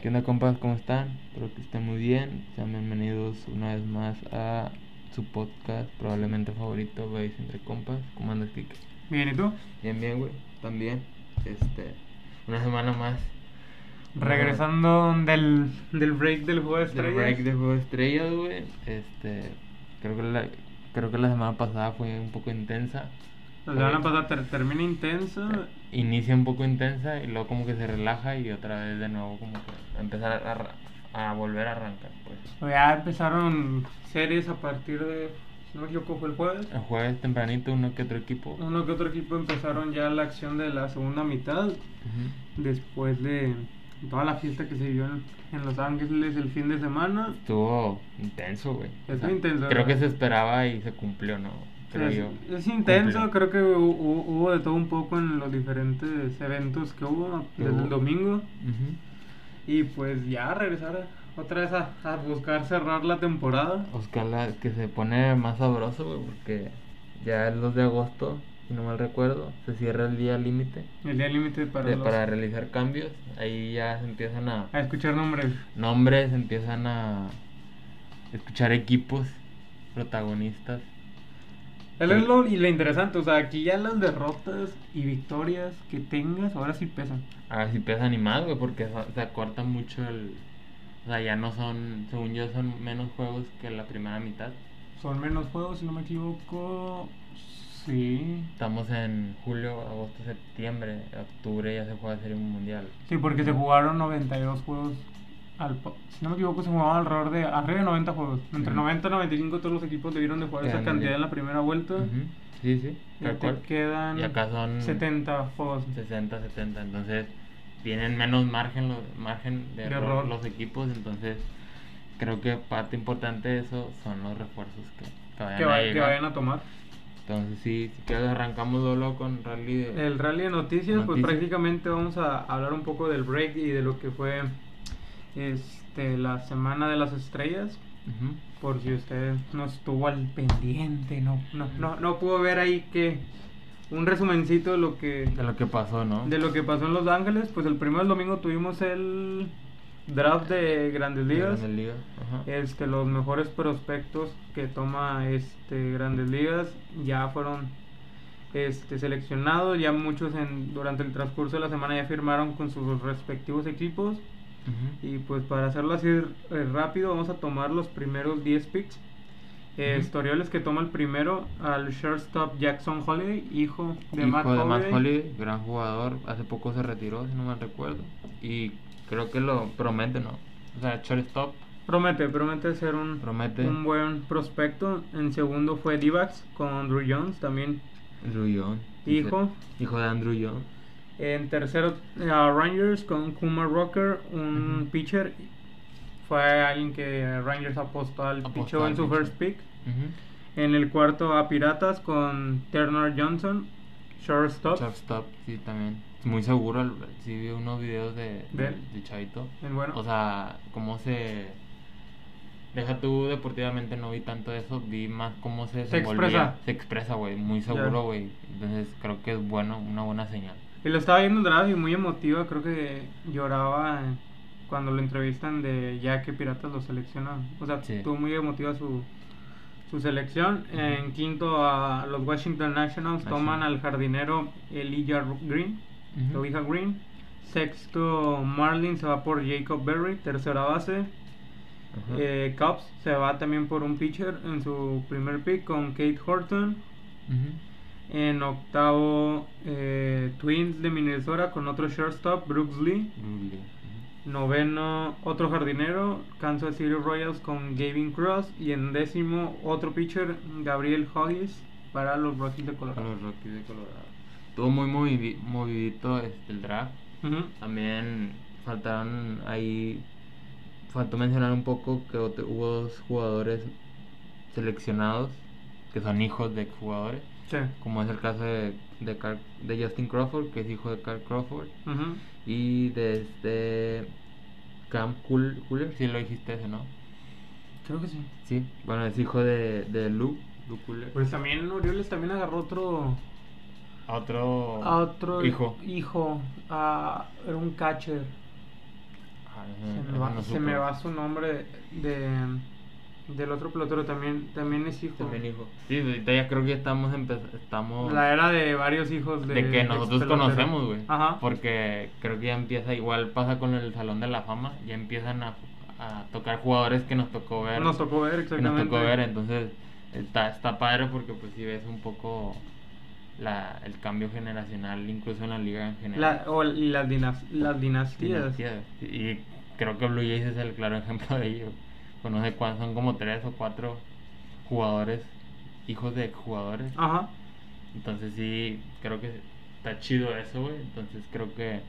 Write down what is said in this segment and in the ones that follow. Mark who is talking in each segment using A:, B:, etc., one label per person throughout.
A: ¿Qué onda compas? ¿Cómo están? Espero que estén muy bien. Sean bienvenidos una vez más a su podcast probablemente favorito, güey, entre compas. ¿Cómo andas, Kike?
B: Bien, ¿y tú?
A: Bien, bien, güey. También. Este, una semana más.
B: Regresando del, del break del juego de
A: Del
B: estrellas.
A: break de juego de estrellas, güey. Este, creo que la, creo que la semana pasada fue un poco intensa.
B: La semana pasada ter- termina intenso.
A: Inicia un poco intensa y luego como que se relaja y otra vez de nuevo como que empezar a, arra- a volver a arrancar, pues.
B: Ya empezaron series a partir de. Si no me equivoco, fue el jueves.
A: El jueves tempranito uno que otro equipo.
B: Uno que otro equipo empezaron ya la acción de la segunda mitad.
A: Ujú.
B: Después de toda la fiesta que se vivió en, en Los Ángeles el fin de semana.
A: Estuvo intenso, güey.
B: Es muy intenso,
A: Creo que
B: ¿verdad?
A: se esperaba y se cumplió, ¿no? Creo
B: es,
A: yo.
B: es intenso, creo
A: Cumplió.
B: que hu- hu- hubo de todo un poco en los diferentes eventos que hubo
A: Que
B: desde
A: hubo.
B: el domingo.
A: Ujú.
B: Y pues ya regresar otra vez a, a buscar cerrar la temporada.
A: Oscar, la- que se pone más sabroso, güey, porque ya el 2 de agosto, si no mal recuerdo, se cierra el día límite
B: El día límite para,
A: de-
B: los-
A: para realizar cambios. Ahí ya se empiezan a...
B: a escuchar nombres.
A: Nombres, empiezan a escuchar equipos, protagonistas.
B: Él es lo, y lo interesante, o sea, aquí ya las derrotas y victorias que tengas ahora sí pesan.
A: Ahora sí pesan y más, güey, porque so- se acorta mucho el... O sea, ya no son, según yo, son menos juegos que la primera mitad.
B: Son menos juegos, si no me equivoco. Sí.
A: Estamos en julio, agosto, septiembre, octubre ya se juega Serie Mundial.
B: Sí, porque se jugaron 92 juegos. Al, po- si no me equivoco, se jugaban alrededor de arriba de 90 juegos. Entre
A: Ujú.
B: 90 y 95 todos los equipos debieron de jugar esa
A: Quedan
B: cantidad
A: ya.
B: en la primera vuelta.
A: Ujú, Sí, sí.
B: Y
A: tal
B: te
A: cual.
B: quedan
A: Y acá son
B: 70 juegos.
A: 60, 70. Entonces, tienen menos margen, los, margen
B: De
A: de, error
B: error.
A: los equipos. Entonces, creo que parte importante de eso son los refuerzos que, que vayan
B: que,
A: a
B: va- que
A: llegar.
B: vayan a tomar.
A: Entonces, sí, si quieres, arrancamos solo con rally de.
B: El rally de noticias, pues
A: Noticias.
B: prácticamente vamos a hablar un poco del break y de lo que fue este, la semana de las estrellas.
A: Ujú.
B: Por si usted no estuvo al pendiente, no, no, no, no pudo ver ahí que un resumencito de lo que
A: De lo que pasó, ¿no?
B: de lo que pasó en Los Ángeles. Pues el primer domingo tuvimos el draft de Grandes
A: De
B: Ligas.
A: Grandes Ligas, ajá.
B: Este, los mejores prospectos que toma este Grandes Ligas ya fueron este, seleccionados, ya muchos en, durante el transcurso de la semana ya firmaron con sus respectivos equipos
A: Ujú.
B: y pues para hacerlo así eh, rápido vamos a tomar los primeros 10 picks. Eh,
A: Ujú.
B: Orioles que toma el primero al shortstop Jackson Holiday, hijo de,
A: Hijo
B: Matt,
A: pues, de Matt
B: Holliday.
A: Holliday, gran jugador, hace poco se retiró, si no mal recuerdo, y creo que lo promete, ¿no? O sea, shortstop
B: Promete, promete ser un,
A: promete
B: un buen prospecto. En segundo fue Divax con Drew Jones, también
A: Andrew Young.
B: Hijo.
A: Hijo de Andrew Young.
B: En tercero, eh, a Rangers con Kuma Rocker, un
A: Ujú.
B: pitcher. Fue alguien que Rangers apostó al
A: Apostó
B: pichó
A: al
B: en su
A: pitcher.
B: first pick.
A: Ujú.
B: En el cuarto, a Piratas con Turner Johnson, shortstop.
A: Shortstop, sí, también. Es Muy seguro, el- sí vi unos videos de,
B: De
A: de,
B: él.
A: Chavito.
B: En bueno,
A: O sea, cómo se... Deja tú deportivamente, no vi tanto eso, vi más cómo se
B: Se
A: desenvolvía.
B: expresa.
A: Se expresa, güey, muy
B: Ya.
A: seguro, güey. Entonces creo que es bueno, una buena señal.
B: y lo estaba viendo draft y muy emotiva. Creo que lloraba cuando lo entrevistan de ya que Piratas lo seleccionan. O sea,
A: Sí.
B: estuvo muy emotiva su, su selección.
A: Ujú. Ah,
B: En quinto, a los Washington Nationals
A: Así.
B: toman al jardinero Elijah Green.
A: Ujú.
B: Elijah Green. Sexto, Marlin se va por Jacob Berry, tercera base.
A: Ajá.
B: Eh, Cubs se va también por un pitcher en su primer pick con Kate Horton.
A: Ujú.
B: En octavo, eh, Twins de Minnesota con otro shortstop, Brooks Lee.
A: Rubio.
B: Noveno, otro jardinero, Kansas City Royals con Gavin Cross. Y en décimo, otro pitcher, Gabriel Hodges, para los Rockies de
A: Ujú. A
B: Colorado.
A: los Rockies de Colorado. Estuvo muy movivi- movidito este, el draft.
B: Ujú.
A: También faltaron ahí. Faltó mencionar un poco que otro- hubo dos jugadores seleccionados que son hijos de jugadores,
B: Sí.
A: como es el caso de, de, Carl- de Justin Crawford, que es hijo de Carl Crawford,
B: Ujú.
A: y de este Cam Cool- Cooler, si lo dijiste ese, ¿no?
B: Creo que sí.
A: Sí, bueno, es hijo de, de Luke, Luke Cooler.
B: Pues también Orioles también agarró otro
A: A otro,
B: a otro
A: hijo.
B: hijo a, era un catcher.
A: Ajá,
B: Se
A: ese-
B: me, va,
A: ese no
B: se me
A: supe.
B: va su nombre de, del otro pelotero, también, también es hijo.
A: También hijo. Sí, pues, ahorita ya creo que estamos empe- estamos
B: La era de varios hijos de.
A: de que nosotros
B: expeloteros.
A: conocemos, güey.
B: Ajá.
A: Porque creo que ya empieza, igual pasa con el Salón de la Fama, ya empiezan a, a tocar jugadores que nos tocó ver.
B: Nos tocó ver,
A: que
B: exactamente.
A: nos tocó ver, entonces está, está padre porque pues si ves un poco la, el cambio generacional, incluso en la liga en general.
B: La- o, y las, dinas- las dinastías.
A: Dinastías. Y creo que Blue Jays es el claro ejemplo de ello. Pues Conoce cuántos son como tres o cuatro jugadores, hijos de jugadores.
B: Ajá.
A: Entonces sí, creo que está chido eso, güey. Entonces creo que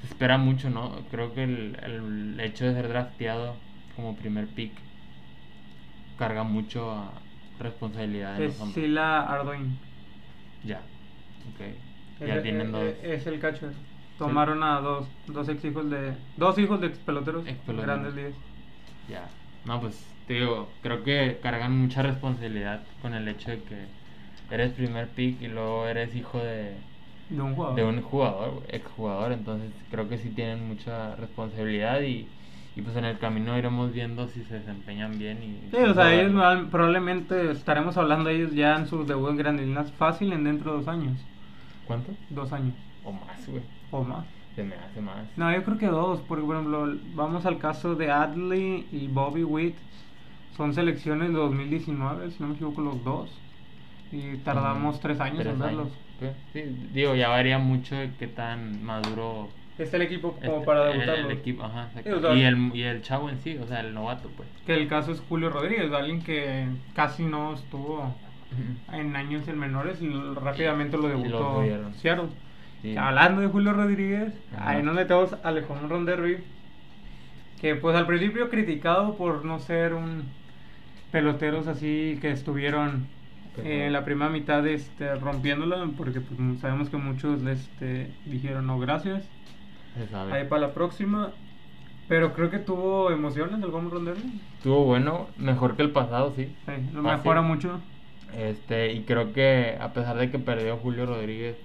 A: se espera mucho, ¿no? Creo que el, el hecho de ser drafteado como primer pick carga mucho a responsabilidad de
B: Es
A: los hombres.
B: Sila Ardoin.
A: Ya, ok.
B: El-
A: Ya tienen dos.
B: Es, eh, es el catcher. Tomaron a dos, dos ex hijos de. Dos hijos de expeloteros.
A: Expeloteros.
B: Grandes ligas.
A: Ya. No, pues te digo, creo que cargan mucha responsabilidad con el hecho de que eres primer pick y luego eres hijo de
B: De un jugador.
A: de un jugador, güey, exjugador, entonces creo que sí tienen mucha responsabilidad y, y pues en el camino iremos viendo si se desempeñan bien y...
B: Sí, o sea, ellos no- probablemente estaremos hablando de ellos ya en sus debut en grandes ligas fácil en dentro de dos años.
A: ¿Cuánto?
B: Dos años
A: O más, güey.
B: o más.
A: Se me hace más.
B: No, yo creo que dos, porque por ejemplo, vamos al caso de Adley y Bobby Witt. Son selecciones de 2019, si no me equivoco, los dos. Y tardamos
A: Ujú.
B: tres años
A: Mm, Tres
B: en verlos.
A: años. Sí, digo, ya varía mucho de qué tan maduro...
B: Está el equipo como
A: este-
B: para
A: el- el,
B: debutarlos.
A: equipo, ajá, exacto.
B: Sí, o sea-
A: y, el, y el chavo en sí, o sea, el novato, pues.
B: Que el caso es Julio Rodríguez, alguien que casi no estuvo en años en menores y l- rápidamente lo
A: Y lo
B: debutó
A: tuvieron.
B: Seattle.
A: Sí.
B: Hablando de Julio Rodríguez,
A: Ajá.
B: ahí nos metemos a Alejandro Ronderby, que pues al principio criticado por no ser un peloteros así que estuvieron
A: Pero-
B: eh, en la primera mitad este, rompiéndola, porque pues, sabemos que muchos este, dijeron no gracias,
A: Se sabe.
B: ahí para la próxima, pero creo que tuvo emociones Alejandro Ronderby,
A: Estuvo bueno, mejor que el pasado, Ah, sí.
B: Sí, lo
A: Fácil.
B: mejora mucho.
A: Este, y creo que a pesar de que perdió Julio Rodríguez,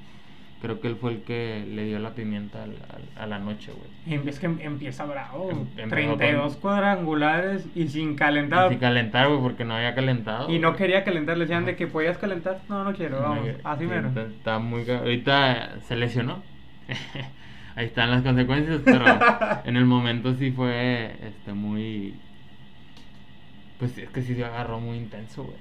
A: creo que él fue el que le dio la pimienta al- al- a, la noche, güey.
B: Em- Es que em- empieza bravo.
A: Em- empezó
B: 32
A: con-
B: cuadrangulares y sin calentar.
A: Así calentar, güey, porque no había calentado.
B: Y no
A: güey.
B: quería calentar. Le decían de que podías calentar. No, no quiero.
A: No
B: Vamos.
A: había-
B: Así
A: sí,
B: mero.
A: está- está muy ca- Ahorita se lesionó. Ahí están las consecuencias, pero en el momento sí fue este muy. Pues es que sí se agarró muy intenso, güey.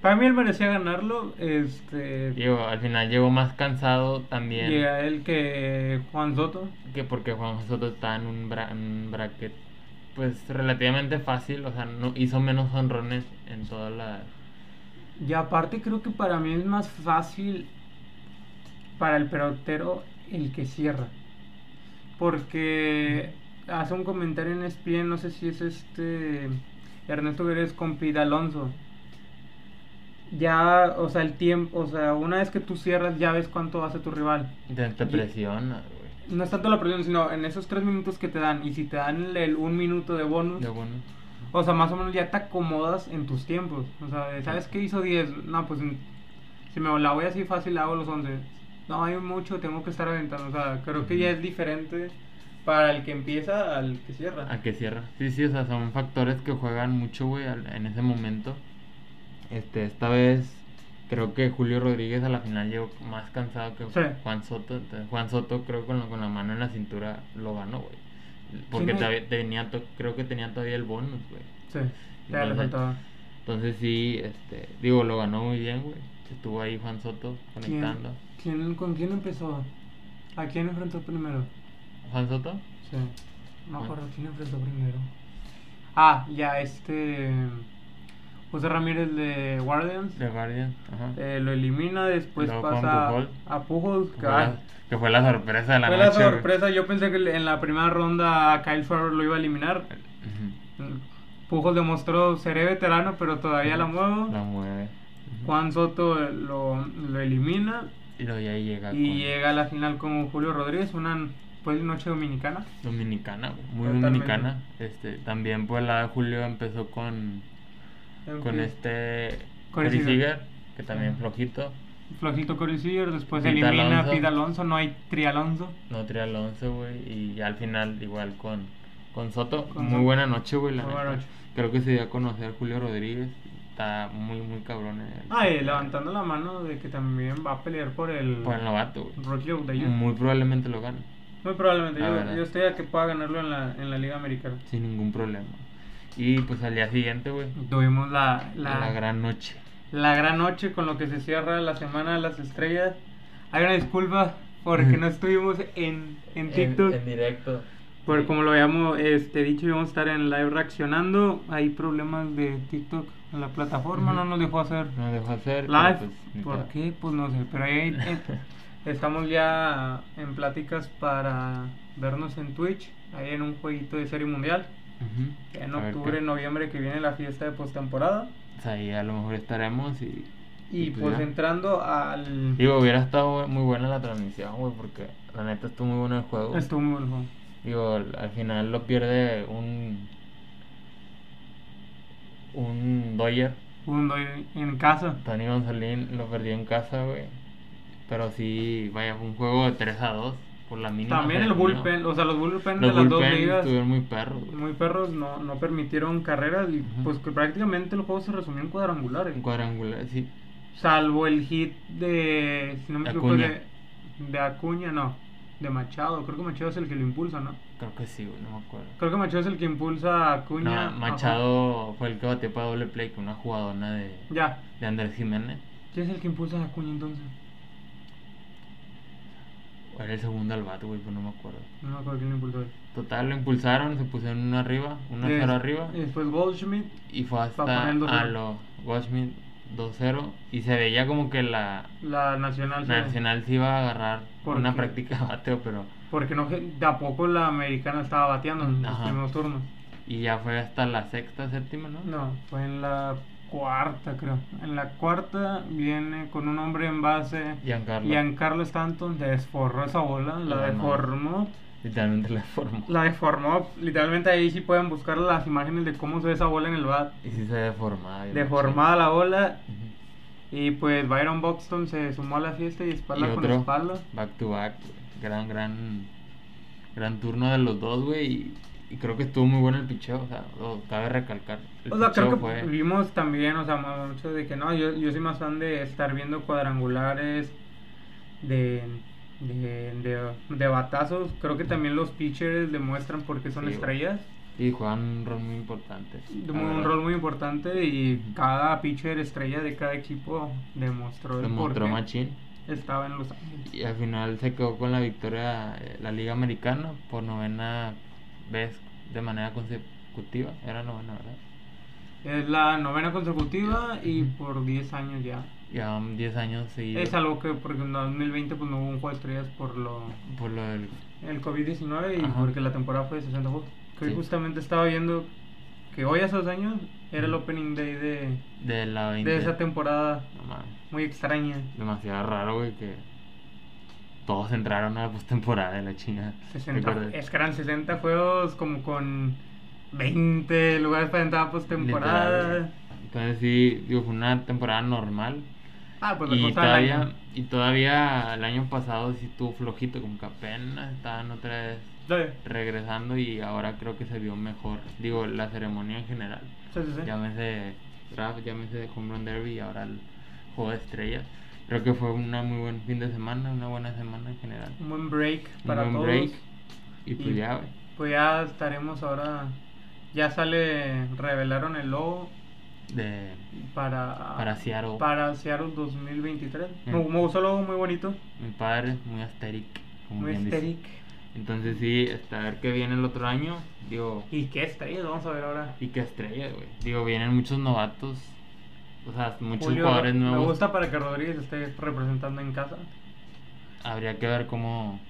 B: Para mí él merecía ganarlo. Este.
A: Digo, al final llegó más cansado también.
B: Y a él que Juan Soto.
A: que porque Juan Soto está en un, bra- en un bracket pues relativamente fácil, o sea, no hizo menos honrones en toda la
B: Y aparte creo que para mí es más fácil para el pelotero el que cierra. Porque hace un comentario en E ESPN, no sé si es este Ernesto Guerrero con Pida Alonso. Ya, o sea, el tiempo, o sea, una vez que tú cierras ya ves cuánto hace tu rival.
A: te, te
B: Y-
A: presiona, ah, güey.
B: No es tanto la presión, sino en esos tres minutos que te dan. Y si te dan el, el un minuto de bonus,
A: De bueno.
B: o sea, más o menos ya te acomodas en tus tiempos. O sea, de, ¿sabes qué hizo 10? No, pues mm, si me la voy así fácil, hago los 11. No, hay mucho, tengo que estar aventando. O sea, creo que ya es diferente para el que empieza al que cierra.
A: Al que cierra. Sí, sí, o sea, son factores que juegan mucho, güey, al- en ese momento. Este, esta vez creo que Julio Rodríguez a la final llegó más cansado que
B: Sí.
A: Juan Soto. Entonces, Juan Soto creo con, la- con la mano en la cintura lo ganó, güey. Porque
B: ¿Quién es?
A: todavía tenía to- creo que tenía todavía el bonus, güey.
B: Sí, ya le
A: Entonces,
B: faltaba.
A: Entonces sí, este, digo, lo ganó muy bien, güey. Estuvo ahí Juan Soto
B: ¿Quién-
A: conectando.
B: quién- ¿Con quién empezó? ¿A quién enfrentó primero?
A: ¿Juan Soto?
B: Sí, no
A: Ah.
B: me acuerdo quién enfrentó primero. Ah, ya, este. José Ramírez de Guardians.
A: De Guardian. Ajá.
B: Eh, lo elimina, después
A: Luego con
B: pasa
A: Pujol.
B: a Pujols.
A: que,
B: que-
A: fue la, que fue la sorpresa de la
B: Fue
A: noche.
B: la
A: güey.
B: sorpresa, yo pensé que en la primera ronda a Kyle Schwarber lo iba a eliminar.
A: Ujú.
B: Pujols demostró seré veterano, pero todavía la muevo.
A: La mueve. Ujú.
B: Juan Soto eh, lo, lo elimina
A: Y luego ya llega
B: y
A: con
B: llega a la final con Julio Rodríguez, una pues noche dominicana.
A: Dominicana, güey, muy
B: Totalmente.
A: dominicana. Este, también por la de Julio empezó con, con
B: En fin.
A: este
B: Corey
A: Corey
B: Seager.
A: Seager, que también
B: Ujú.
A: flojito.
B: Flojito Corey Seager, después
A: Pete
B: elimina
A: Alonso.
B: a Pete Alonso, no hay Tri Alonso.
A: No tiré Alonso, güey. Y ya al final, igual con, con Soto.
B: Con
A: muy
B: Soto.
A: buena noche, güey. la
B: Muy buena
A: neta.
B: noche.
A: Creo que se dio a conocer Julio Rodríguez. Está muy, muy cabrón. el-
B: Ah, y levantando la mano de que también va a pelear por el
A: Por el Mm. novato, güey.
B: Rookie of the Year. Muy,
A: Muy probablemente lo gane.
B: probablemente,
A: La
B: yo,
A: verdad.
B: yo estoy a que pueda ganarlo en la, en la Liga Americana.
A: Sin ningún problema. Y pues al día siguiente, güey.
B: Tuvimos la, la,
A: La gran noche.
B: la gran noche con lo que se cierra la semana de las estrellas. Hay una disculpa porque
A: Mm.
B: no estuvimos en, en TikTok.
A: directo.
B: Por como lo habíamos este, dicho, íbamos a estar en live reaccionando. Hay problemas de TikTok en la plataforma, no
A: Ujú.
B: nos dejó hacer
A: No dejó hacer. pero,
B: live.
A: pues, ni
B: ¿Por
A: pedo.
B: qué? Pues no sé, pero ahí eh, estamos ya en pláticas para vernos en Twitch, ahí en un jueguito de serie mundial.
A: Ujú.
B: En
A: A ver
B: octubre,
A: qué-
B: noviembre que viene la fiesta de postemporada.
A: pues, ahí a lo mejor estaremos y.
B: Y pues
A: ya.
B: entrando al...
A: Digo, hubiera estado muy buena la transmisión, güey, porque la neta estuvo muy bueno el juego.
B: Estuvo muy bueno.
A: Digo, al al final lo pierde un. Un Doyer.
B: Segundo, en en casa.
A: Tony Gonzalín lo perdió en casa, güey. Pero sí, vaya, fue un juego de 3 a 2. Por la mínima.
B: También
A: se
B: el
A: definió.
B: bullpen, o sea, los bullpen
A: Los
B: de las dos
A: bullpen
B: ligas.
A: estuvieron muy perros, güey.
B: muy perros no, no permitieron carreras y
A: Ujú.
B: pues que prácticamente el juego se resumió en cuadrangulares.
A: En cuadrangular, sí.
B: Salvo el hit de si no me equivoco
A: Acuña.
B: de, de Acuña, no, de Machado, creo que Machado es el que lo impulsa, ¿no?
A: Creo que sí, güey, no me acuerdo.
B: Creo que Machado es el que impulsa a Acuña.
A: No,
B: ajá.
A: Machado fue el que bateó para doble play con una jugadona de,
B: Ya.
A: de Andrés Jiménez.
B: ¿Quién es el que impulsa a Acuña entonces?
A: O era el segundo al bat, güey, pues no me acuerdo.
B: No me acuerdo quién lo impulsó.
A: Total, lo impulsaron, se pusieron uno arriba, uno
B: Des-
A: cero arriba.
B: y Después Goldschmidt.
A: Y fue
B: para
A: hasta
B: poner el 2-0.
A: a los Goldschmidt 2-0. Y se veía como que la
B: La nacional. se-
A: Nacional se iba a agarrar
B: ¿Por
A: una
B: qué?
A: práctica de bateo, pero.
B: Porque no, tampoco la americana estaba bateando en los
A: Ajá.
B: primeros turnos.
A: Y ya fue hasta la sexta, séptima, ¿no?
B: No, fue en la cuarta, creo. En la cuarta viene con un hombre en base.
A: Giancarlo.
B: Giancarlo Stanton desforró esa bola, la
A: Ah, no.
B: deformó.
A: Literalmente la formó.
B: La deformó. Literalmente ahí sí pueden buscar las imágenes de cómo se ve esa bola en el bat.
A: Y sí se deformaba. bien
B: Deformada la bola.
A: machín. Ujú.
B: Y pues Byron Buxton se sumó a la fiesta y espalda
A: y
B: con
A: otro
B: espalda.
A: back to back gran gran gran turno de los dos güey y, y creo que estuvo muy bueno el picheo o sea lo- cabe recalcar el
B: O sea, creo
A: picheo
B: que
A: fue
B: vimos también, o sea, mucho de que no, yo, yo soy más fan de estar viendo cuadrangulares, de, de, de, de batazos. Creo que también los pitchers demuestran por qué son
A: Sí, güey.
B: estrellas.
A: y juegan un rol muy importante
B: de
A: la
B: un- un
A: verdad.
B: rol muy importante y
A: Ujú.
B: cada pitcher estrella de cada equipo demostró el
A: demostró
B: porqué
A: machín
B: estaba en Los Ángeles.
A: y al final se quedó con la victoria eh, la liga americana por novena vez de manera consecutiva era novena verdad
B: Es la novena consecutiva y
A: Ujú.
B: por 10 años ya.
A: ya um, 10 años seguidos
B: Es algo que porque en 2020 pues no hubo un juego de estrellas por lo
A: por lo del
B: el COVID-19 y
A: Ajá.
B: porque la temporada fue de 60 juegos. Que hoy
A: Sí.
B: justamente estaba viendo que hoy hace dos años era el
A: Ujú.
B: opening day de,
A: de la 20
B: de esa temporada
A: No mames.
B: muy extraña.
A: demasiado raro, güey, que todos entraron a la postemporada de la chingada.
B: 60
A: Recuerda.
B: es que eran 60 juegos como con 20 lugares para entrar a postemporada.
A: Literal, güey. Entonces sí, digo, fue una temporada normal.
B: Ah, pues la
A: y,
B: cosa del
A: todavía,
B: año.
A: y todavía el año pasado sí estuvo flojito, como que apenas estaban otra vez
B: Sí,
A: regresando y ahora creo que se vio mejor. Digo, la ceremonia en general.
B: sí, sí, sí.
A: Llámese draft, llámese de home run derby y ahora el juego de estrellas. Creo que fue una muy buen fin de semana, una buena semana en general.
B: Un buen break
A: Un
B: para
A: buen
B: todos.
A: break. Y pues
B: Y-
A: ya, güey.
B: Pues ya estaremos ahora. Ya sale, revelaron el logo
A: De,
B: para,
A: para Seattle.
B: para Seattle 2023.
A: Mm.
B: Me, me gustó el logo, muy bonito.
A: Mi padre es muy asteric. como
B: Muy
A: bien dice.
B: esteric.
A: Entonces sí, hasta ver qué viene el otro año. Digo,
B: ¿Y qué estrellas? Vamos a ver ahora.
A: y qué estrella, güey. Digo, vienen muchos novatos. O sea, muchos
B: Julio,
A: jugadores
B: me
A: nuevos.
B: gusta para que Rodríguez esté representando en casa.
A: Habría que ver cómo...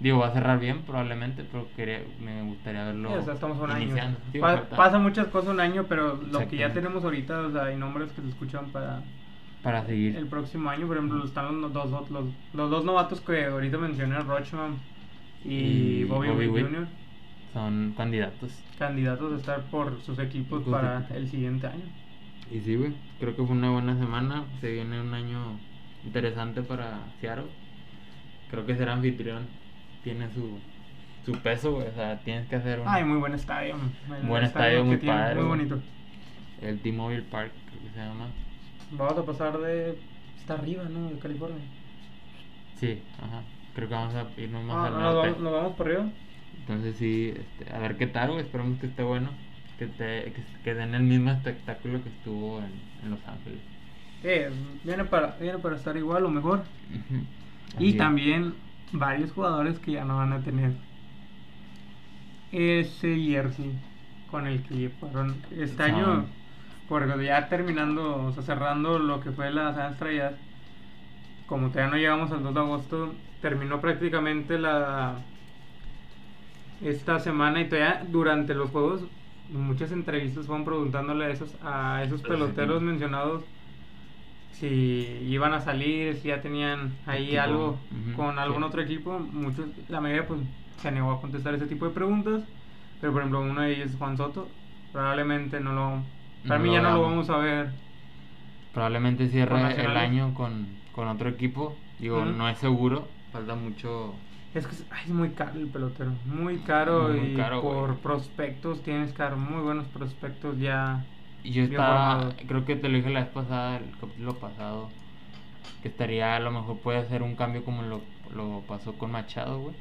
A: Digo, va a cerrar bien probablemente, pero quería, me gustaría verlo
B: Sí, o sea, estamos un año.
A: iniciando. Digo,
B: Pa-
A: falta-
B: Pasan muchas cosas un año, pero lo que ya
A: Exactamente.
B: tenemos ahorita, o sea, hay nombres que se escuchan para
A: Para seguir.
B: el próximo año. Por ejemplo, están los dos, los, los dos novatos que ahorita mencioné, Rochman y,
A: Y
B: Bobby,
A: Bobby
B: Witt
A: Witt.
B: Jr.,
A: Son candidatos.
B: candidatos a estar por sus equipos
A: Por
B: para
A: su equipo.
B: el siguiente año.
A: Y sí, güey. Creo que fue una buena semana. Se viene un año interesante para Seattle. Creo que será anfitrión. Tiene su, su peso, güey. O sea, tienes que hacer un.
B: Ay, muy buen estadio. El
A: Buen estadio, muy
B: que tiene,
A: padre,
B: Muy
A: güey.
B: bonito.
A: El T-Mobile Park, creo que se llama.
B: Vamos a pasar de. Está arriba, ¿no? De California.
A: Sí, ajá. Creo que vamos a irnos más
B: Ah,
A: al
B: no, nos,
A: norte.
B: vamos, nos vamos por arriba.
A: Entonces, sí, este, a ver qué tal, güey. Esperemos que esté bueno. Que, te, que, que den el mismo espectáculo que estuvo en, en Los Ángeles.
B: Eh, viene para, viene para estar igual o mejor.
A: Ujú.
B: Y
A: Así es.
B: también varios jugadores que ya no van a tener ese jersey con el que fueron este
A: Ah.
B: año. Porque ya terminando, o sea, cerrando lo que fue la Saga Estrellas, como todavía no llegamos al 2 de agosto, terminó prácticamente la esta semana y todavía durante los juegos muchas entrevistas fueron preguntándole a esos, a esos
A: Pero sí,
B: peloteros
A: tiene-
B: mencionados si iban a salir, si ya tenían ahí
A: Equipo,
B: algo
A: ujú,
B: con algún
A: sí.
B: otro equipo, muchos, la mayoría pues se negó a contestar ese tipo de preguntas, pero por ejemplo uno de ellos es Juan Soto, probablemente no lo, para
A: No
B: mí
A: lo
B: ya no lo
A: veamos.
B: vamos a ver,
A: Probablemente
B: Con
A: cierre el
B: Nacional.
A: año con, con otro equipo. Digo,
B: Ujú.
A: no es seguro. Falta mucho.
B: es que es, ay, es muy caro el pelotero, muy caro y
A: Muy caro, güey.
B: por prospectos tienes que dar muy buenos prospectos ya,
A: Y Yo
B: Bien
A: estaba,
B: formado.
A: creo que te lo dije la vez pasada, el capítulo pasado, que estaría, a lo mejor puede hacer un cambio como lo, lo pasó con Machado, güey.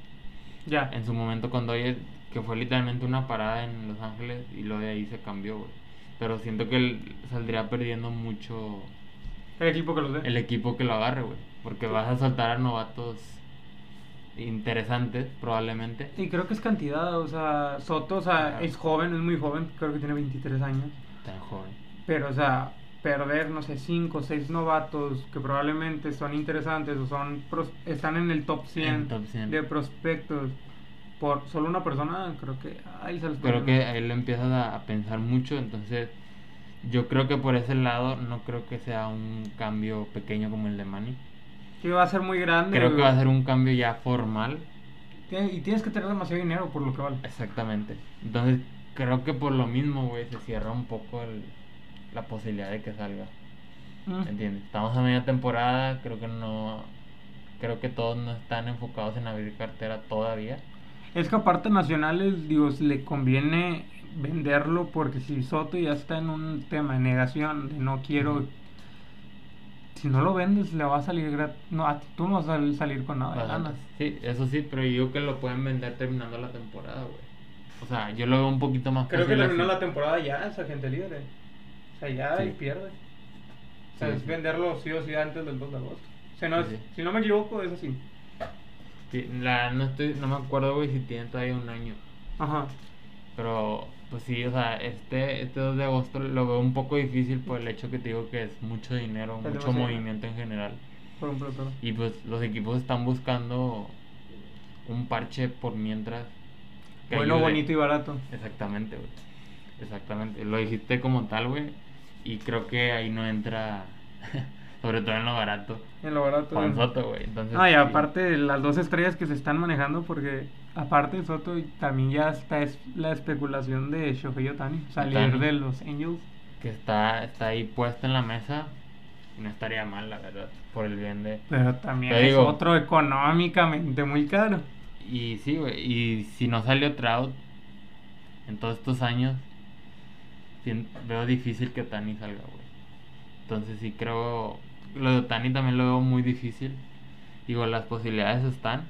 B: ya,
A: En su momento con Doyle, que fue literalmente una parada en Los Ángeles y lo de ahí se cambió, güey. Pero siento que él saldría perdiendo mucho
B: el equipo que los dé.
A: el equipo que lo agarre, güey. Porque vas a soltar a novatos interesantes, probablemente.
B: Y creo que es cantidad, o sea, Soto, o sea,
A: Claro.
B: es joven, es muy joven, creo que tiene 23 años.
A: Tan joven.
B: Pero, o sea, perder, no sé, 5 o 6 novatos que probablemente son interesantes o son pros- están en el top 100,
A: En top 100.
B: de prospectos por solo una persona, creo que ahí se los
A: Creo
B: ponen.
A: que él empieza a, a pensar mucho, entonces yo creo que por ese lado no creo que sea un cambio pequeño como el de Manny.
B: Que va a ser muy grande.
A: Creo que
B: güey.
A: va a ser un cambio ya formal,
B: Tien- Y tienes que tener demasiado dinero por lo que vale.
A: exactamente. Entonces creo que por lo mismo, güey, se cierra un poco el- la posibilidad de que salga.
B: Mm.
A: ¿Entiendes? Estamos a media temporada, creo que no... Creo que todos no están enfocados en abrir cartera todavía.
B: Es que aparte Nacionales, Dios, le conviene venderlo porque si Soto ya está en un tema de negación, de no quiero...
A: Ujú.
B: Si no lo vendes, le va a salir gratis. No, a ti- tú no vas a sal- salir con nada de
A: Bastantes.
B: Ah, ganas.
A: Sí, eso sí, pero yo digo que lo pueden vender terminando la temporada, güey. O sea, yo lo veo un poquito más
B: Creo que
A: posible
B: terminó
A: así.
B: la temporada ya, esa gente libre. O sea, ya
A: Sí.
B: y pierde. O sea,
A: Sí,
B: es
A: sí.
B: venderlo sí o sí antes del 2 de agosto. O sea, no
A: Sí,
B: es-
A: sí.
B: Si no me equivoco, es así.
A: Sí, la- no, estoy, no me acuerdo, güey, si tienen todavía un año.
B: Ajá.
A: Pero, pues sí, o sea, este, este 2 de agosto lo veo un poco difícil por el hecho que te digo que es mucho dinero,
B: Es
A: mucho
B: demasiado.
A: movimiento en general.
B: Por un pelotero.
A: Y pues los equipos están buscando un parche por mientras. que
B: Bueno,
A: ayude.
B: bonito y barato.
A: Exactamente, güey. Exactamente. Lo dijiste como tal, güey. Y creo que ahí no entra, sobre todo en lo barato,
B: En lo barato.
A: Juan
B: en-
A: Soto, güey. Entonces,
B: No, y
A: sí.
B: aparte de las dos estrellas que se están manejando, porque aparte de Soto, y también ya está es la especulación de Shohei Otani, salir
A: Ohtani.
B: de los Angels.
A: que está, está ahí puesta en la mesa, no estaría mal, la verdad, por el bien de...
B: Pero también
A: Te
B: es
A: digo.
B: otro económicamente muy caro.
A: Y sí, güey, y si no salió Trout en todos estos años, sien- veo difícil que Tani salga, güey. Entonces sí creo, lo de Tani también lo veo muy difícil. Digo, las posibilidades están,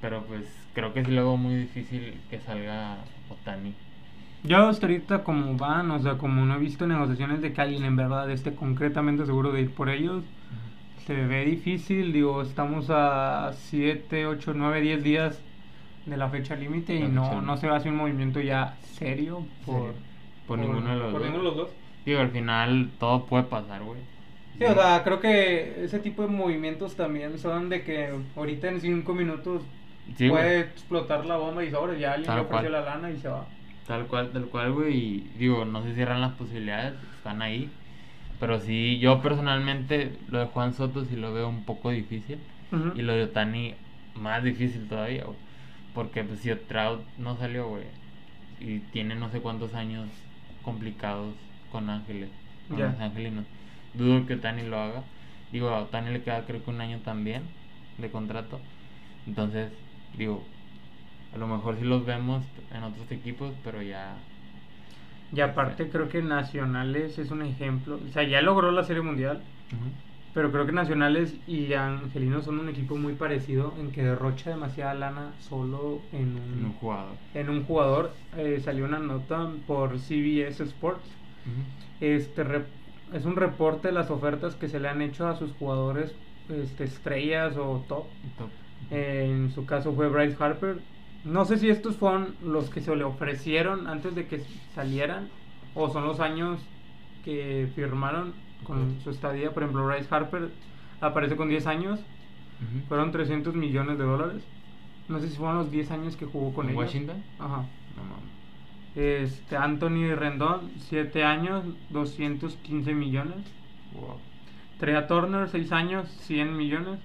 A: pero pues creo que sí lo veo muy difícil que salga Otani.
B: Yo hasta ahorita como van, o sea, como no he visto negociaciones de que alguien en verdad esté concretamente seguro de ir por ellos, se ve difícil, digo, estamos a 7, 8, 9, 10 días de la fecha límite y
A: La fecha
B: no,
A: límite.
B: no se hace un movimiento ya serio por,
A: Por, por ninguno de los
B: por
A: dos.
B: ninguno de los dos.
A: Digo, al final todo puede pasar, güey.
B: Sí, o sea, creo que ese tipo de movimientos también son de que ahorita en 5 minutos
A: Sí, güey.
B: puede explotar la bomba y sobre, ya alguien
A: Tal
B: le ofreció
A: cual.
B: la lana y se va.
A: Tal cual, tal cual, güey. Y digo, no se cierran las posibilidades, están ahí. Pero sí, yo personalmente lo de Juan Soto sí lo veo un poco difícil. Y lo de Otani más difícil todavía, güey. Porque pues, si Trout no salió, güey. Y tiene no sé cuántos años complicados con Ángeles. Con
B: Ya.
A: los angelinos. Dudo que Otani lo haga. Digo, a Otani le queda creo que un año también de contrato. Entonces, digo, a lo mejor sí los vemos en otros equipos, pero ya.
B: Y aparte creo que Nacionales es un ejemplo. O sea, ya logró la Serie Mundial,
A: Ujú.
B: pero creo que Nacionales y Angelinos son un equipo muy parecido en que derrocha demasiada lana solo en
A: En un
B: un,
A: jugador.
B: en un jugador. Eh, salió una nota por CBS Sports.
A: Ujú.
B: Este rep- es un reporte de las ofertas que se le han hecho a sus jugadores este, estrellas o top.
A: Top.
B: Eh, En su caso fue Bryce Harper. No sé si estos fueron los que se le ofrecieron antes de que salieran o son los años que firmaron con
A: Ok.
B: su estadía. Por ejemplo, Bryce Harper aparece con 10 años,
A: Ujú.
B: fueron 300 millones de dólares. No sé si fueron los 10 años que jugó con
A: ¿En
B: ellos.
A: Washington?
B: Ajá.
A: No mames.
B: Este, Anthony Rendón, 7 años, 215 millones.
A: Wow.
B: Trea Turner, 6 años, 100 millones.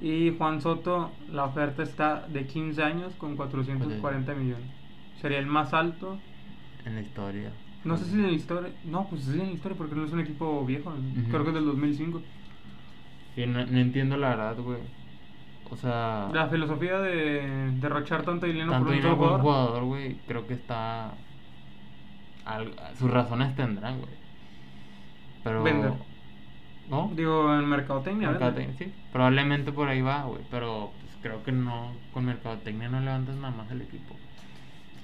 B: Y Juan Soto, la oferta está de 15 años con 440 millones. Sería el más alto.
A: En la historia.
B: No sé si en la historia. No, pues sí en la historia porque no es un equipo viejo.
A: Ujú.
B: Creo que es del 2005.
A: Sí, no, no entiendo la verdad, güey. O sea.
B: La filosofía de derrochar tanto dinero
A: tanto
B: por un
A: dinero
B: solo
A: por un
B: jugador.
A: jugador, güey, creo que está. al- sus razones tendrán, güey. Pero.
B: Vender.
A: ¿No?
B: Digo, en mercadotecnia. ¿verdad?
A: Mercadotecnia, sí. Probablemente por ahí va, güey. Pero pues, creo que no. Con mercadotecnia no levantas nada más el equipo.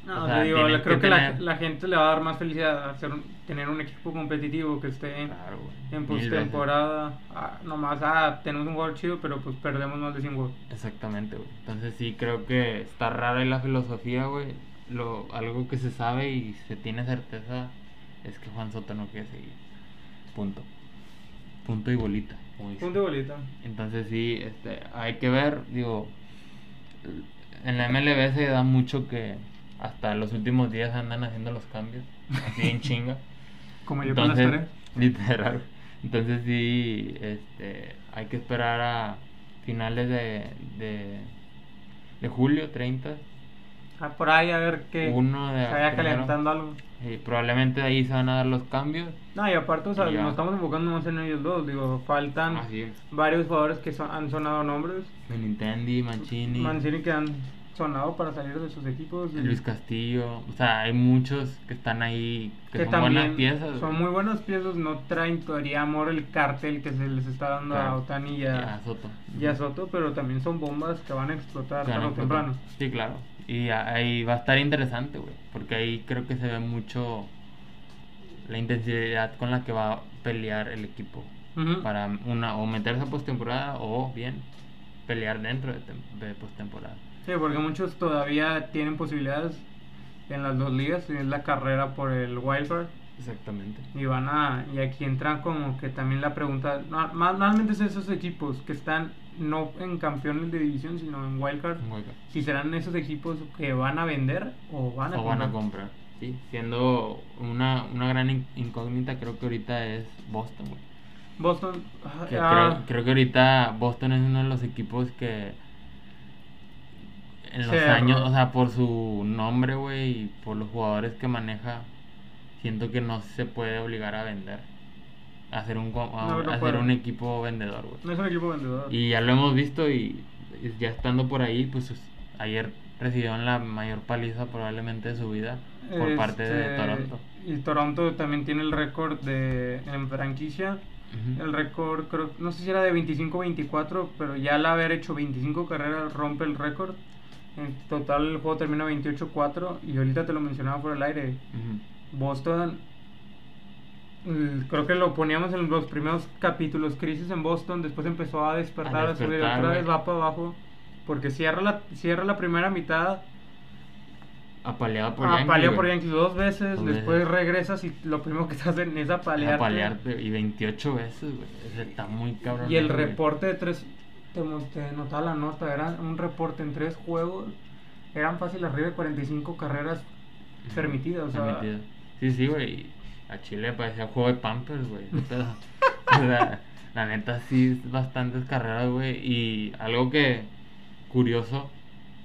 B: No,
A: O
B: o
A: sea,
B: sea, digo,
A: tienen
B: la-
A: que
B: creo que la,
A: tener-
B: la gente le va a dar más felicidad hacer un- tener un equipo competitivo que esté en-
A: Claro, güey.
B: en
A: Mil veces.
B: postemporada. Ah, nomás, ah, tenemos un jugador chido, pero pues perdemos más de 100 goles.
A: Exactamente, güey. Entonces sí creo que está rara ahí la filosofía, güey. Lo, algo que se sabe y se tiene certeza es que Juan Soto no quiere seguir. Punto. Punto y bolita. como dicen.
B: Punto y bolita.
A: Entonces sí, este, hay que ver, digo, en la MLB se da mucho que hasta los últimos días andan haciendo los cambios, así en chinga.
B: Como yo
A: Entonces,
B: con las tareas.
A: literal. Entonces sí, este, hay que esperar a finales de, de, de julio, 30,
B: Ah, por ahí a ver qué.
A: uno de
B: se vaya
A: primero.
B: calentando algo.
A: Y probablemente ahí se van a dar los cambios.
B: No, y aparte, o sea,
A: Y ya.
B: nos estamos enfocando más en ellos dos. Digo, faltan
A: Así es.
B: varios jugadores que son- han sonado nombres.
A: De Nintendo, Mancini.
B: Mancini que han sonado para salir de sus equipos. y-
A: Luis Castillo, o sea, hay muchos que están ahí, que,
B: que
A: son
B: también
A: buenas piezas.
B: Son muy buenas piezas, no traen todavía amor el cartel que se les está dando a
A: Claro.
B: Otani y
A: Y
B: a,
A: a Soto.
B: y a Soto, pero también son bombas que van a explotar
A: Claro,
B: tarde o temprano.
A: Sí, claro. Y a- ahí va a estar interesante, güey, porque ahí creo que se ve mucho la intensidad con la que va a pelear el equipo
B: Ujú.
A: para una o meterse a postemporada o bien pelear dentro de, tem- de postemporada.
B: Sí, porque muchos todavía tienen posibilidades en las dos ligas, y es la carrera por el wild card.
A: Exactamente.
B: Y van a, y aquí entra como que también la pregunta, no- ma- normalmente es esos equipos que están no en campeones de división, sino en wild card,
A: Un hueco.
B: si serán esos equipos que van a vender o van a
A: o van a
B: comprar.
A: comprar. Sí, siendo una, una gran in- incógnita creo que ahorita es Boston, güey.
B: Boston, ah,
A: Que
B: ah,
A: creo, creo que ahorita Boston es uno de los equipos que en los
B: Se-
A: años, o sea, por su nombre, güey, y por los jugadores que maneja, siento que no se puede obligar a vender, a hacer un, co- a,
B: No, no
A: a hacer
B: puede.
A: un equipo vendedor, güey.
B: no es un equipo vendedor.
A: Y ya lo hemos visto y y ya estando por ahí, pues sus- ayer recibieron la mayor paliza probablemente de su vida por parte de
B: Este,
A: Toronto.
B: Y Toronto también tiene el récord de en franquicia.
A: Ujú.
B: El récord, creo, no sé si era de 25-24, pero ya al haber hecho 25 carreras rompe el récord. En total el juego termina 28-4 y ahorita te lo mencionaba por el aire.
A: Ujú.
B: Boston, mm, creo que lo poníamos en los primeros capítulos, crisis en Boston, después empezó a despertar,
A: A
B: a, subir,
A: despertar,
B: otra
A: güey.
B: vez va para abajo, porque cierra la, cierra la primera mitad
A: Apaleado por
B: Ah,
A: Yankees,
B: paleó
A: güey.
B: por Yankees dos veces,
A: Dos
B: después
A: veces.
B: regresas y lo primero que te hacen es apalearte.
A: apalearte y 28 veces, güey. O sea, Está muy cabrón.
B: Y el
A: eso, güey.
B: reporte de tres, te, mo- te notaba la nota, era un reporte en tres juegos, eran fácil arriba de 45 carreras
A: Ujú.
B: permitidas, o sea,
A: Permitido. Sí, sí, güey. A Chile parecía juego de Pampers, güey. O sea, o sea, la neta sí, bastantes carreras, güey. Y algo que curioso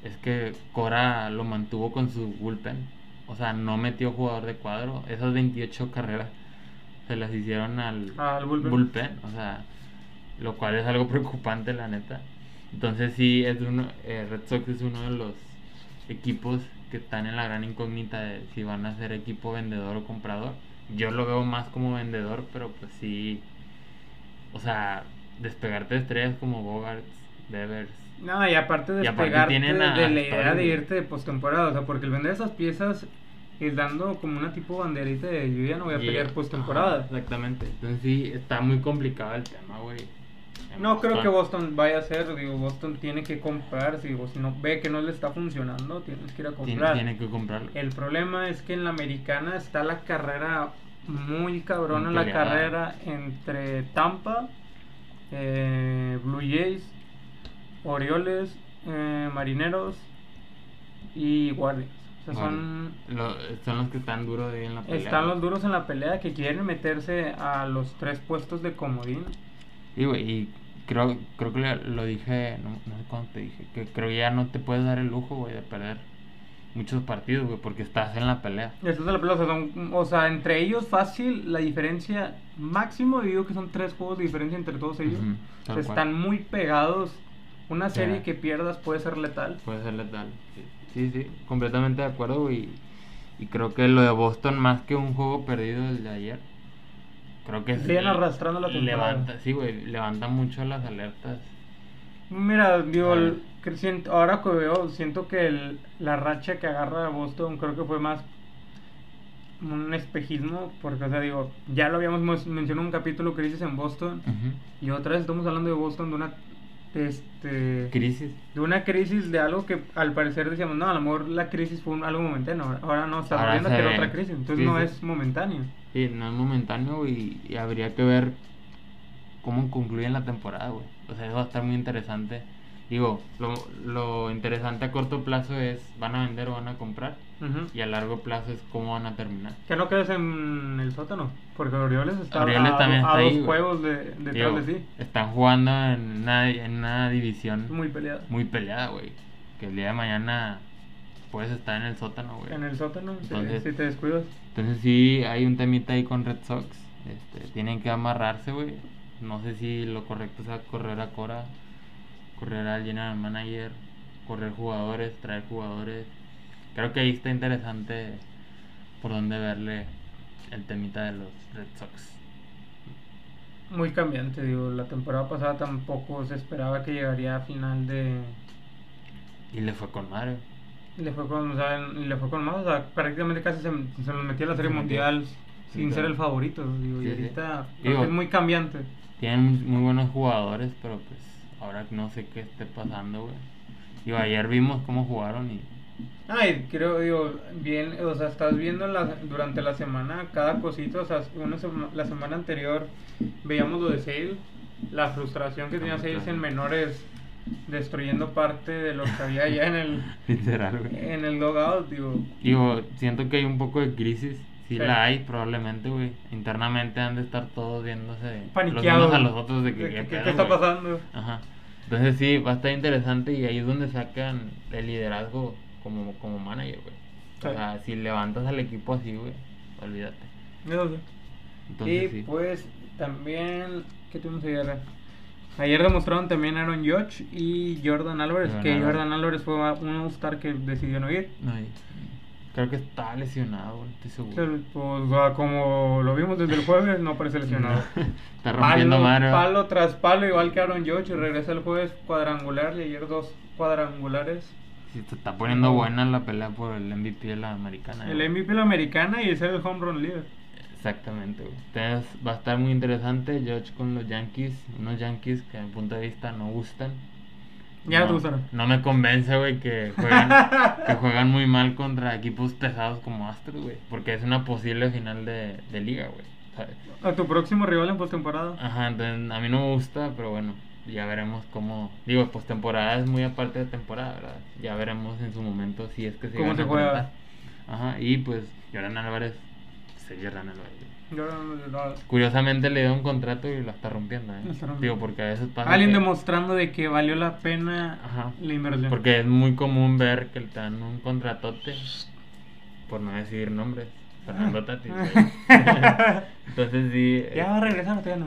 A: es que Cora lo mantuvo con su bullpen. O sea, no metió jugador de cuadro. Esas 28 carreras se las hicieron al
B: Ah, al bullpen.
A: bullpen. O sea, lo cual es algo preocupante, la neta. Entonces sí, es uno, eh, Red Sox es uno de los equipos que están en la gran incógnita de si van a ser equipo vendedor o comprador. Yo lo veo más como vendedor, pero pues sí, o sea, despegarte de estrellas como Bogarts, Devers.
B: No, y aparte
A: Y aparte
B: despegarte
A: tienen a-
B: de
A: a
B: la idea de
A: Stanley.
B: irte de postemporada, o sea, porque el vender esas piezas es dando como una tipo banderita de yo ya no voy a
A: Y-
B: pelear
A: Ajá,
B: postemporada.
A: exactamente. Entonces sí, está muy complicado el tema, güey. en
B: No creo que
A: Boston.
B: Boston vaya a hacer, digo, Boston tiene que comprar, si, o si no ve que no le está funcionando, tienes que ir a
A: Tiene,
B: comprar. Eh,
A: tiene que comprarlo.
B: El problema es que en la americana está la carrera muy cabrona,
A: Muy
B: la
A: peleada.
B: carrera entre Tampa, eh, Blue Jays, Orioles, eh, Marineros y Guardians. O sea, son,
A: Lo- son los que están duros ahí en la pelea.
B: están los duros en la pelea que quieren meterse a los tres puestos de comodín.
A: Y, güey, y creo, creo que le- lo dije, no, no sé cuándo te dije, que creo que ya no te puedes dar el lujo, güey, de perder muchos partidos, güey, porque estás en la pelea.
B: Estos de la pelea, o sea, son- o sea, entre ellos fácil, la diferencia máximo, digo que son tres juegos de diferencia entre todos ellos.
A: Ujú, tal cual.
B: Están muy pegados. Una
A: Sí.
B: serie que pierdas puede ser letal.
A: Puede ser letal. Sí, sí, completamente de acuerdo, güey. Y creo que lo de Boston, más que un juego perdido el de ayer, creo que
B: Siguen
A: sí
B: arrastrando la temporada.
A: Levanta, sí, güey, levanta mucho las alertas.
B: Mira, digo,
A: Ah.
B: el- que siento- ahora que veo, siento que el- la racha que agarra Boston creo que fue más un espejismo, porque, o sea, digo, ya lo habíamos mes- mencionado en un capítulo crisis en Boston,
A: Ujú.
B: y otra vez estamos hablando de Boston, de una, este,
A: Crisis.
B: de una crisis de algo que al parecer decíamos, no, a lo mejor la crisis fue un- algo momentáneo, ahora- ahora no, estamos
A: Ahora
B: viendo
A: se
B: que era
A: ve.
B: otra crisis, entonces
A: Sí,
B: no
A: sí.
B: es momentáneo.
A: Sí, no es momentáneo güey, y, habría que ver cómo concluyen la temporada, güey. O sea, eso va a estar muy interesante. Digo, lo, lo interesante a corto plazo es van a vender o van a comprar
B: Ujú.
A: y a largo plazo es cómo van a terminar.
B: Que no quedes en el sótano, porque Orioles está
A: Orioles
B: a,
A: también
B: a
A: está
B: dos
A: ahí, güey.
B: juegos de, detrás
A: Digo,
B: de sí.
A: Están jugando en una, en una división
B: Es
A: muy,
B: muy peleado.
A: peleada, güey. Que el día de mañana puedes estar en el sótano, güey.
B: En el sótano, si-
A: Entonces-
B: si, te descuidas.
A: Entonces sí, hay un temita ahí con Red Sox. Este, tienen que amarrarse, güey. No sé si lo correcto sea correr a Cora, correr al general manager, correr jugadores, traer jugadores. Creo que ahí está interesante por dónde verle el temita de los Red Sox.
B: Muy cambiante, digo. La temporada pasada tampoco se esperaba que llegaría a final de.
A: Y le fue con Mario.
B: Le fue con, o sea, en- le fue con más. O sea, prácticamente casi se, se los metía a la
A: Se
B: serie
A: metió.
B: mundial sin ser
A: Sí, claro.
B: el favorito. Digo, y
A: Sí, sí.
B: ahorita creo
A: Digo-
B: que es muy cambiante.
A: Tienen muy buenos jugadores, pero pues ahora no sé qué esté pasando, güey. Digo, ayer vimos cómo jugaron y
B: Ay, creo, digo, bien, o sea, estás viendo la, durante la semana cada cosita, o sea, una sema- la semana anterior veíamos lo de Sale, la frustración que
A: Ah,
B: tenía Sales en menores, destruyendo parte de lo que había allá en el,
A: literal, güey.
B: en el logout, digo,
A: Digo, siento que hay un poco de crisis. Sí,
B: Sí.
A: la hay, probablemente, güey. Internamente han de estar todos viéndose los
B: paniqueados.
A: unos a los otros de
B: ¿Qué-
A: que qué
B: qué-
A: pedo,
B: qué está
A: güey.
B: pasando?
A: Ajá. Entonces sí, va a estar interesante y ahí es donde sacan el liderazgo como, como manager, güey. O
B: Sí.
A: sea, si levantas al equipo así, güey, olvídate.
B: No sé.
A: Entonces
B: y
A: sí.
B: pues también, ¿qué tuvimos ayer? Ayer demostraron también Aaron Judge y Jordan Álvarez,
A: Jordan
B: que
A: Álvarez.
B: Jordan Álvarez fue un All-Star que decidió no ir.
A: No, y- creo que está lesionado, güey, estoy
B: O
A: seguro.
B: sea, Pues, o sea, como lo vimos desde el jueves, no parece lesionado.
A: está rompiendo
B: Palo,
A: madre. güey.
B: palo tras palo, igual que Aaron Judge, y regresa el jueves cuadrangular y ayer dos cuadrangulares.
A: Sí, se está poniendo buena la pelea por el MVP de la americana.
B: El
A: güey.
B: MVP de la americana y ese es el home run leader.
A: Exactamente, güey. Entonces va a estar muy interesante. George con los Yankees, unos Yankees que a mi punto de vista no gustan.
B: Ya
A: no,
B: te gustaron.
A: No me convence, güey, que juegan, que juegan muy mal contra equipos pesados como Astros, güey. Porque es una posible final de, de liga, güey. ¿sabes?
B: A tu próximo rival en postemporada.
A: Ajá, entonces a mí no me gusta, pero bueno, ya veremos cómo. Digo, pues temporada es muy aparte de temporada, ¿verdad? Ya veremos en su momento si es que se
B: ¿Cómo
A: llegan
B: se
A: a
B: juega?
A: enfrentar. Ajá, y pues Jordan Álvarez, se Jordan Álvarez, güey.
B: Jordan-
A: Curiosamente le dio un contrato y lo está rompiendo, ¿eh?
B: Lo está rompiendo.
A: Digo, porque a veces pasa.
B: Alguien
A: que-
B: demostrando de que valió la pena
A: Ajá.
B: la inversión.
A: Porque es muy común ver que le dan un contratote, por no decir nombres, Fernando Tatis. güey. Entonces sí. eh,
B: ya va a regresar, o todavía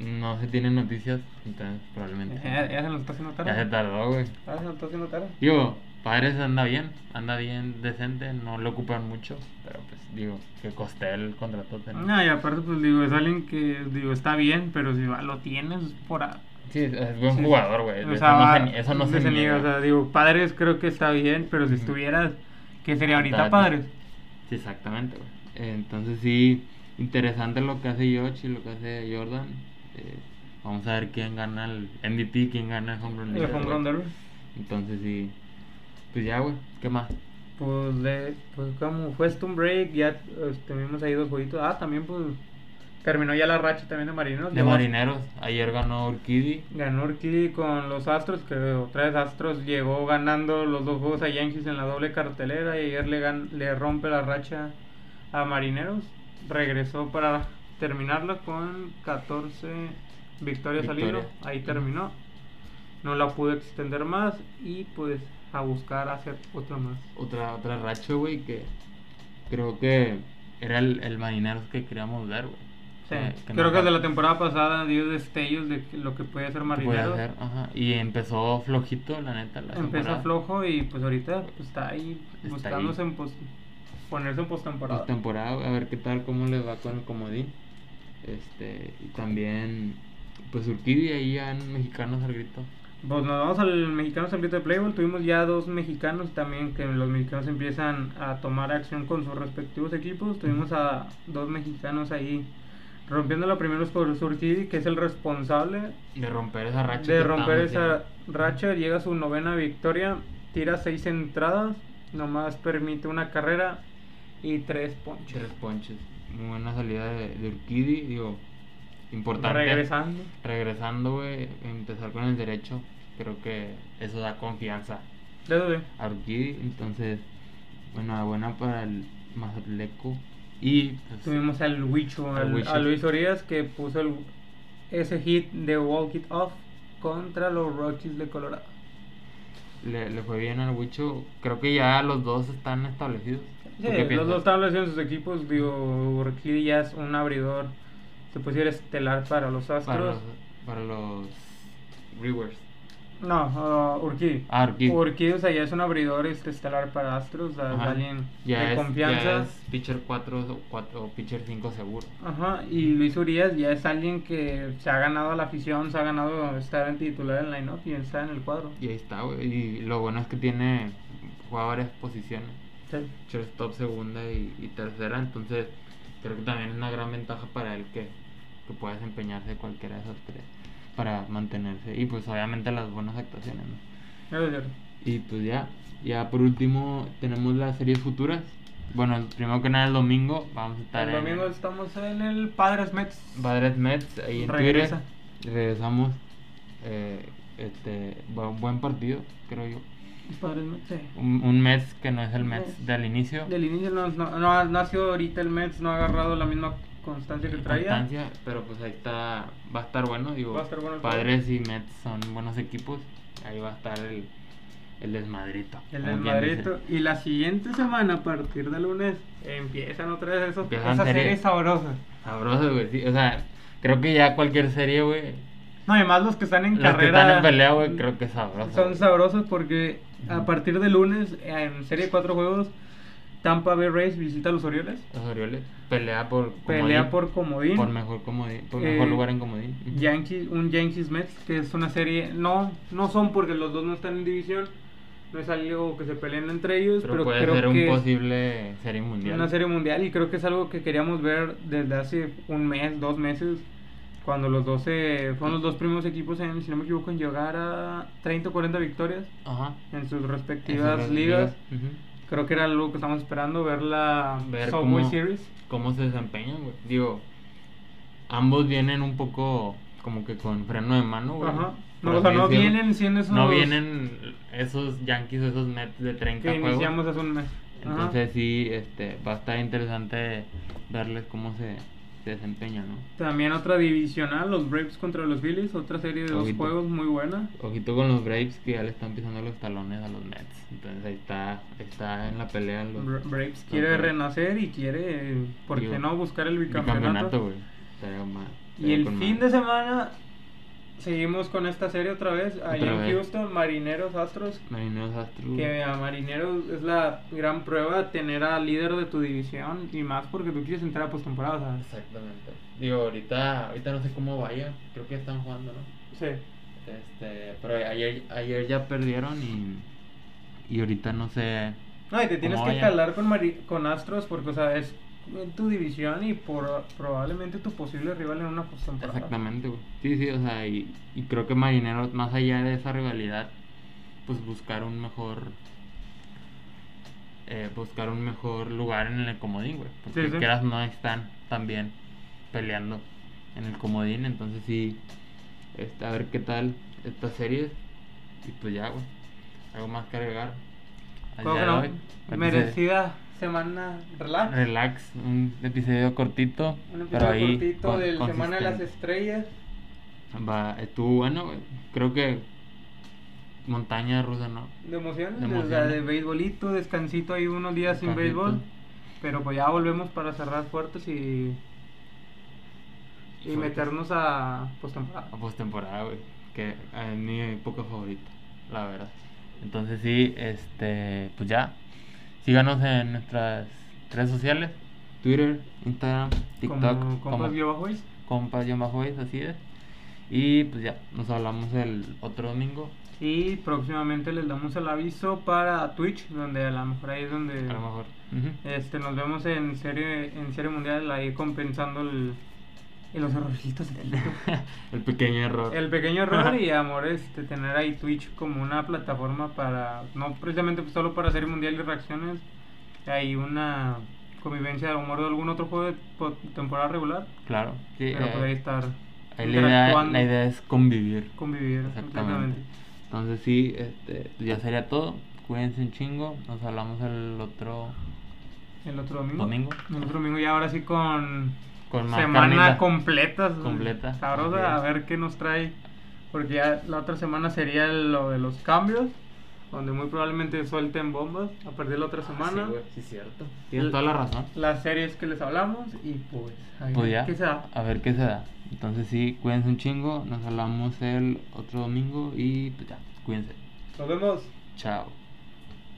B: no.
A: no se tienen noticias, entonces probablemente.
B: Ya, ya se nos está haciendo
A: Ya se
B: tarde.
A: tardó, güey.
B: Ya se nos está haciendo tarde.
A: Digo, Padres anda bien, anda bien decente, no lo ocupan mucho, pero pues digo, que costé el contrato. ¿no?
B: No, y aparte, pues digo, es alguien que digo está bien, pero si va- lo tienes por. a-
A: Sí, es buen
B: Sí.
A: jugador,
B: o
A: güey. Pues, Eso,
B: sea,
A: no
B: va-
A: se ni- eso no se niega.
B: O sea, digo, padres creo que está bien, pero si
A: Ujú.
B: estuvieras, ¿qué sería ahorita
A: Está-
B: padres?
A: Sí, exactamente, güey. Entonces sí, interesante lo que hace George y lo que hace Jordan. Eh, vamos a ver quién gana el MVP, quién gana el Home Run
B: El
A: Leader,
B: home
A: güey.
B: run derby.
A: Entonces sí, pues ya, güey, ¿qué más?
B: Pues, le, pues como fue un break, ya este, vimos ahí dos jueguitos. Ah, también pues terminó ya la racha también de Marineros.
A: De
B: Llegó-
A: Marineros, ayer ganó Urquidy.
B: Ganó Urquidy con los Astros, que otra vez Astros llegó ganando los dos juegos a Yankees en la doble cartelera y ayer le, gan- le rompe la racha a Marineros. Regresó para terminarla con 14 victorias al hilo.
A: Victoria.
B: Ahí terminó. No la pudo extender más y pues a buscar hacer otra más.
A: Otra, otra racha, güey, que creo que era el, el Marineros que queríamos ver, güey.
B: Sí,
A: Eh,
B: Creo
A: no-
B: que de la temporada pasada dio destellos de lo que puede ser
A: que puede
B: Marineros.
A: hacer, ajá. Y empezó flojito, la neta. La
B: Empieza
A: temporada.
B: flojo y pues ahorita pues, está ahí
A: Está
B: buscándose
A: ahí.
B: en post- ponerse en postemporada.
A: Pues, temporada, a ver qué tal, cómo les va con el comodín. Este, y también, pues Urquidy ahí ya en mexicanos al grito.
B: Pues nos vamos al mexicano en de Playboy. Tuvimos ya dos mexicanos también que los mexicanos empiezan a tomar acción con sus respectivos equipos. Tuvimos a dos mexicanos ahí rompiendo la primero por Surkidi, que es el responsable
A: De romper esa racha. que
B: de romper
A: estábamos
B: esa racha. Llega a su novena victoria, tira seis entradas, nomás permite una carrera y tres
A: viendo.
B: ponches.
A: Tres ponches. Muy buena salida de, de Urquidy, digo, importante.
B: Regresando.
A: Regresando, güey, empezar con el derecho. Creo que eso da confianza
B: Dedo de-
A: a Urquidy. Entonces, bueno, buena para el Mazatleco. Y pues,
B: Tuvimos al Huicho,
A: Al
B: al-
A: Huicho.
B: a Luis Orías que puso el- ese hit de Walk It Off contra los Rockies de Colorado.
A: le, le fue bien al Huicho. Creo que ya los dos están establecidos. ¿Tú qué
B: los
A: piensas?
B: dos tablas en sus equipos, digo, Urquidy ya es un abridor, se puede decir estelar para los Astros.
A: Para los, para los Brewers.
B: No, uh, Urquidy.
A: Ah, Urquidy.
B: Urquidy, o sea, ya es un abridor este, estelar para Astros, o sea, es
A: Ajá.
B: alguien
A: ya
B: de
A: es,
B: confianza.
A: Ya es pitcher 4 o, 4 o pitcher 5 seguro.
B: Ajá, y Luis Urias ya es alguien que se ha ganado a la afición, se ha ganado estar en titular en line-up y estar en el cuadro.
A: Y ahí está, güey. Y lo bueno es que tiene jugadores posiciones.
B: Sí.
A: Shortstop segunda y, y tercera. Entonces, creo que también es una gran ventaja para él que, que pueda desempeñarse cualquiera de esos tres para mantenerse. Y pues obviamente las buenas actuaciones, ¿no?
B: Eso es cierto.
A: Y pues ya, ya por último tenemos las series futuras. Bueno, primero que nada el domingo vamos a estar
B: El
A: en-
B: domingo estamos en el Padres Mets.
A: Padres Mets ahí en
B: Regresa.
A: Twitter. Regresamos. Eh, este, bu- buen partido, creo yo.
B: Padres Mets, sí.
A: Un, un Mets que no es el Mets
B: Mets.
A: del inicio.
B: Del inicio no, no, no ha, no ha sido ahorita el Mets, no ha agarrado la misma constancia que traía.
A: Constancia, pero pues ahí está, va a estar bueno, digo,
B: Va a estar bueno el
A: Padres y Mets son buenos equipos, ahí va a estar el, el desmadrito.
B: El
A: como
B: del
A: quien dice.
B: Madrito. Y la siguiente semana, a partir de lunes, empiezan otra vez esos,
A: Empiezan
B: esas
A: series.
B: series sabrosas.
A: Sabroso, güey, sí, o sea, creo que ya cualquier serie, güey,
B: No, además los que están en
A: los que
B: carrera.
A: están en pelea, güey, creo que es sabroso.
B: Son
A: güey.
B: sabrosos porque a
A: Ujú.
B: partir de lunes, en serie de cuatro juegos, Tampa Bay Rays visita a los Orioles.
A: Los Orioles, pelea por
B: Pelea
A: comodín.
B: por comodín.
A: Por mejor comodín, por mejor
B: Eh,
A: lugar en comodín.
B: Yankees, un Yankees Mets, que es una serie, no, no son porque los dos no están en división, no es algo que se peleen entre ellos,
A: Pero,
B: pues, pero,
A: puede
B: creo
A: ser un
B: que
A: posible serie
B: es
A: mundial.
B: una serie mundial y creo que es algo que queríamos ver desde hace un mes, dos meses, cuando los dos se- fueron los dos primeros equipos en, si no me equivoco, en llegar a 30 o 40 victorias
A: Ajá.
B: en sus
A: Esas
B: respectivas
A: las
B: ligas.
A: Ujú.
B: Creo que era algo que estábamos esperando, ver la
A: Ver
B: Subway
A: cómo-
B: Series.
A: ¿Cómo se desempeñan, güey? Digo, ambos vienen un poco como que con freno de mano, güey.
B: Ajá.
A: Ah, por
B: No, o sea,
A: así
B: no
A: decirlo.
B: vienen siendo esos
A: No vienen esos Yankees o esos Mets de 30
B: que
A: juegos.
B: iniciamos hace un mes. Ajá.
A: Entonces sí, este, va a estar interesante verles cómo se, se desempeñan, ¿no?
B: También otra divisional, los Braves contra los Phillies, otra serie de dos
A: Ojito.
B: juegos muy buena.
A: Ojito con los Braves que ya le están pisando los talones a los Mets. Entonces ahí está, está en la pelea los
B: Bra- Braves quiere
A: Ajá.
B: renacer y quiere, eh, ¿por qué
A: Digo,
B: no buscar el
A: bicampeonato,
B: bicampeonato?
A: güey. Estaría más-
B: Y el
A: con
B: fin
A: madre.
B: de semana seguimos con esta serie otra vez. Allí
A: Otra
B: en
A: vez. Mm.
B: Houston, Marineros Astros.
A: Marineros Astros.
B: Que a Marineros es la gran prueba tener a líder de tu división y más porque tú quieres entrar a postemporada, ¿sabes?
A: Exactamente. Digo, ahorita, ahorita no sé cómo vaya. Creo que están jugando, ¿no?
B: Sí.
A: Este, pero ayer, ayer ya perdieron y, y ahorita no sé.
B: No, y te tienes
A: Como
B: que
A: vaya.
B: calar con, Mari- con Astros porque, o sea, es tu división y por, probablemente tu posible rival en una postemporada.
A: Exactamente, güey. Sí, sí, o sea, y, y creo que Marineros, más allá de esa rivalidad, pues buscar un mejor. eh, buscar un mejor lugar en el comodín, güey. Porque
B: Sí, sí.
A: quieras no están también peleando en el comodín, entonces sí. este, a ver qué tal estas series. Y pues ya, güey. Algo más que agregar. al
B: Creo que
A: día de
B: no,
A: hoy. Antes de-
B: merecida semana relax.
A: Relax, un episodio cortito.
B: Un episodio
A: pero ahí
B: cortito
A: con-
B: del Semana de las
A: consistente.
B: Estrellas.
A: Va, estuvo bueno, güey. Creo que montaña rusa, ¿no?
B: De emociones,
A: De
B: de, o sea,
A: emociones.
B: de beisbolito, descansito ahí unos días sin
A: Descansito.
B: béisbol. Pero pues ya volvemos para cerrar puertas y, y
A: Fuertes.
B: meternos a postemporada.
A: A postemporada, Ah, pues, güey. Que es mi época favorita, la verdad. Entonces sí, este, pues ya. Síganos en nuestras redes sociales. Twitter, Instagram, TikTok.
B: Como compas guión bajo es.
A: compas guión bajo es, así es. Y pues ya, nos hablamos el otro domingo.
B: Y próximamente les damos el aviso para Twitch, donde a lo mejor ahí es donde
A: A lo mejor. Ujú.
B: este nos vemos en serie, en serie mundial ahí compensando el, y los errorcitos.
A: el pequeño error.
B: El pequeño error y amor, este, tener ahí Twitch como una plataforma para, no precisamente solo para hacer mundial y reacciones, hay una convivencia de humor de algún otro juego de po- temporada regular,
A: Claro. Sí,
B: pero
A: eh,
B: puede estar
A: ahí la idea,
B: interactuando.
A: la idea es convivir.
B: convivir.
A: Exactamente. Entonces sí, este, ya sería todo. Cuídense un chingo. Nos hablamos el otro
B: El otro domingo.
A: domingo
B: El otro domingo ya ahora sí con
A: con más
B: semana
A: carnita.
B: completa.
A: Completa, así
B: Sabrosa, a
A: es.
B: ver qué nos trae, porque ya la otra semana sería lo de los cambios. Donde muy probablemente suelten bombas a partir de la otra semana.
A: Ah, Sí, güey, sí, cierto. Tienes toda la razón.
B: las series que les hablamos y pues ahí
A: Pues ya,
B: que se da.
A: a ver qué se da. Entonces sí, cuídense un chingo. Nos hablamos el otro domingo y pues ya, cuídense.
B: Nos vemos.
A: Chao.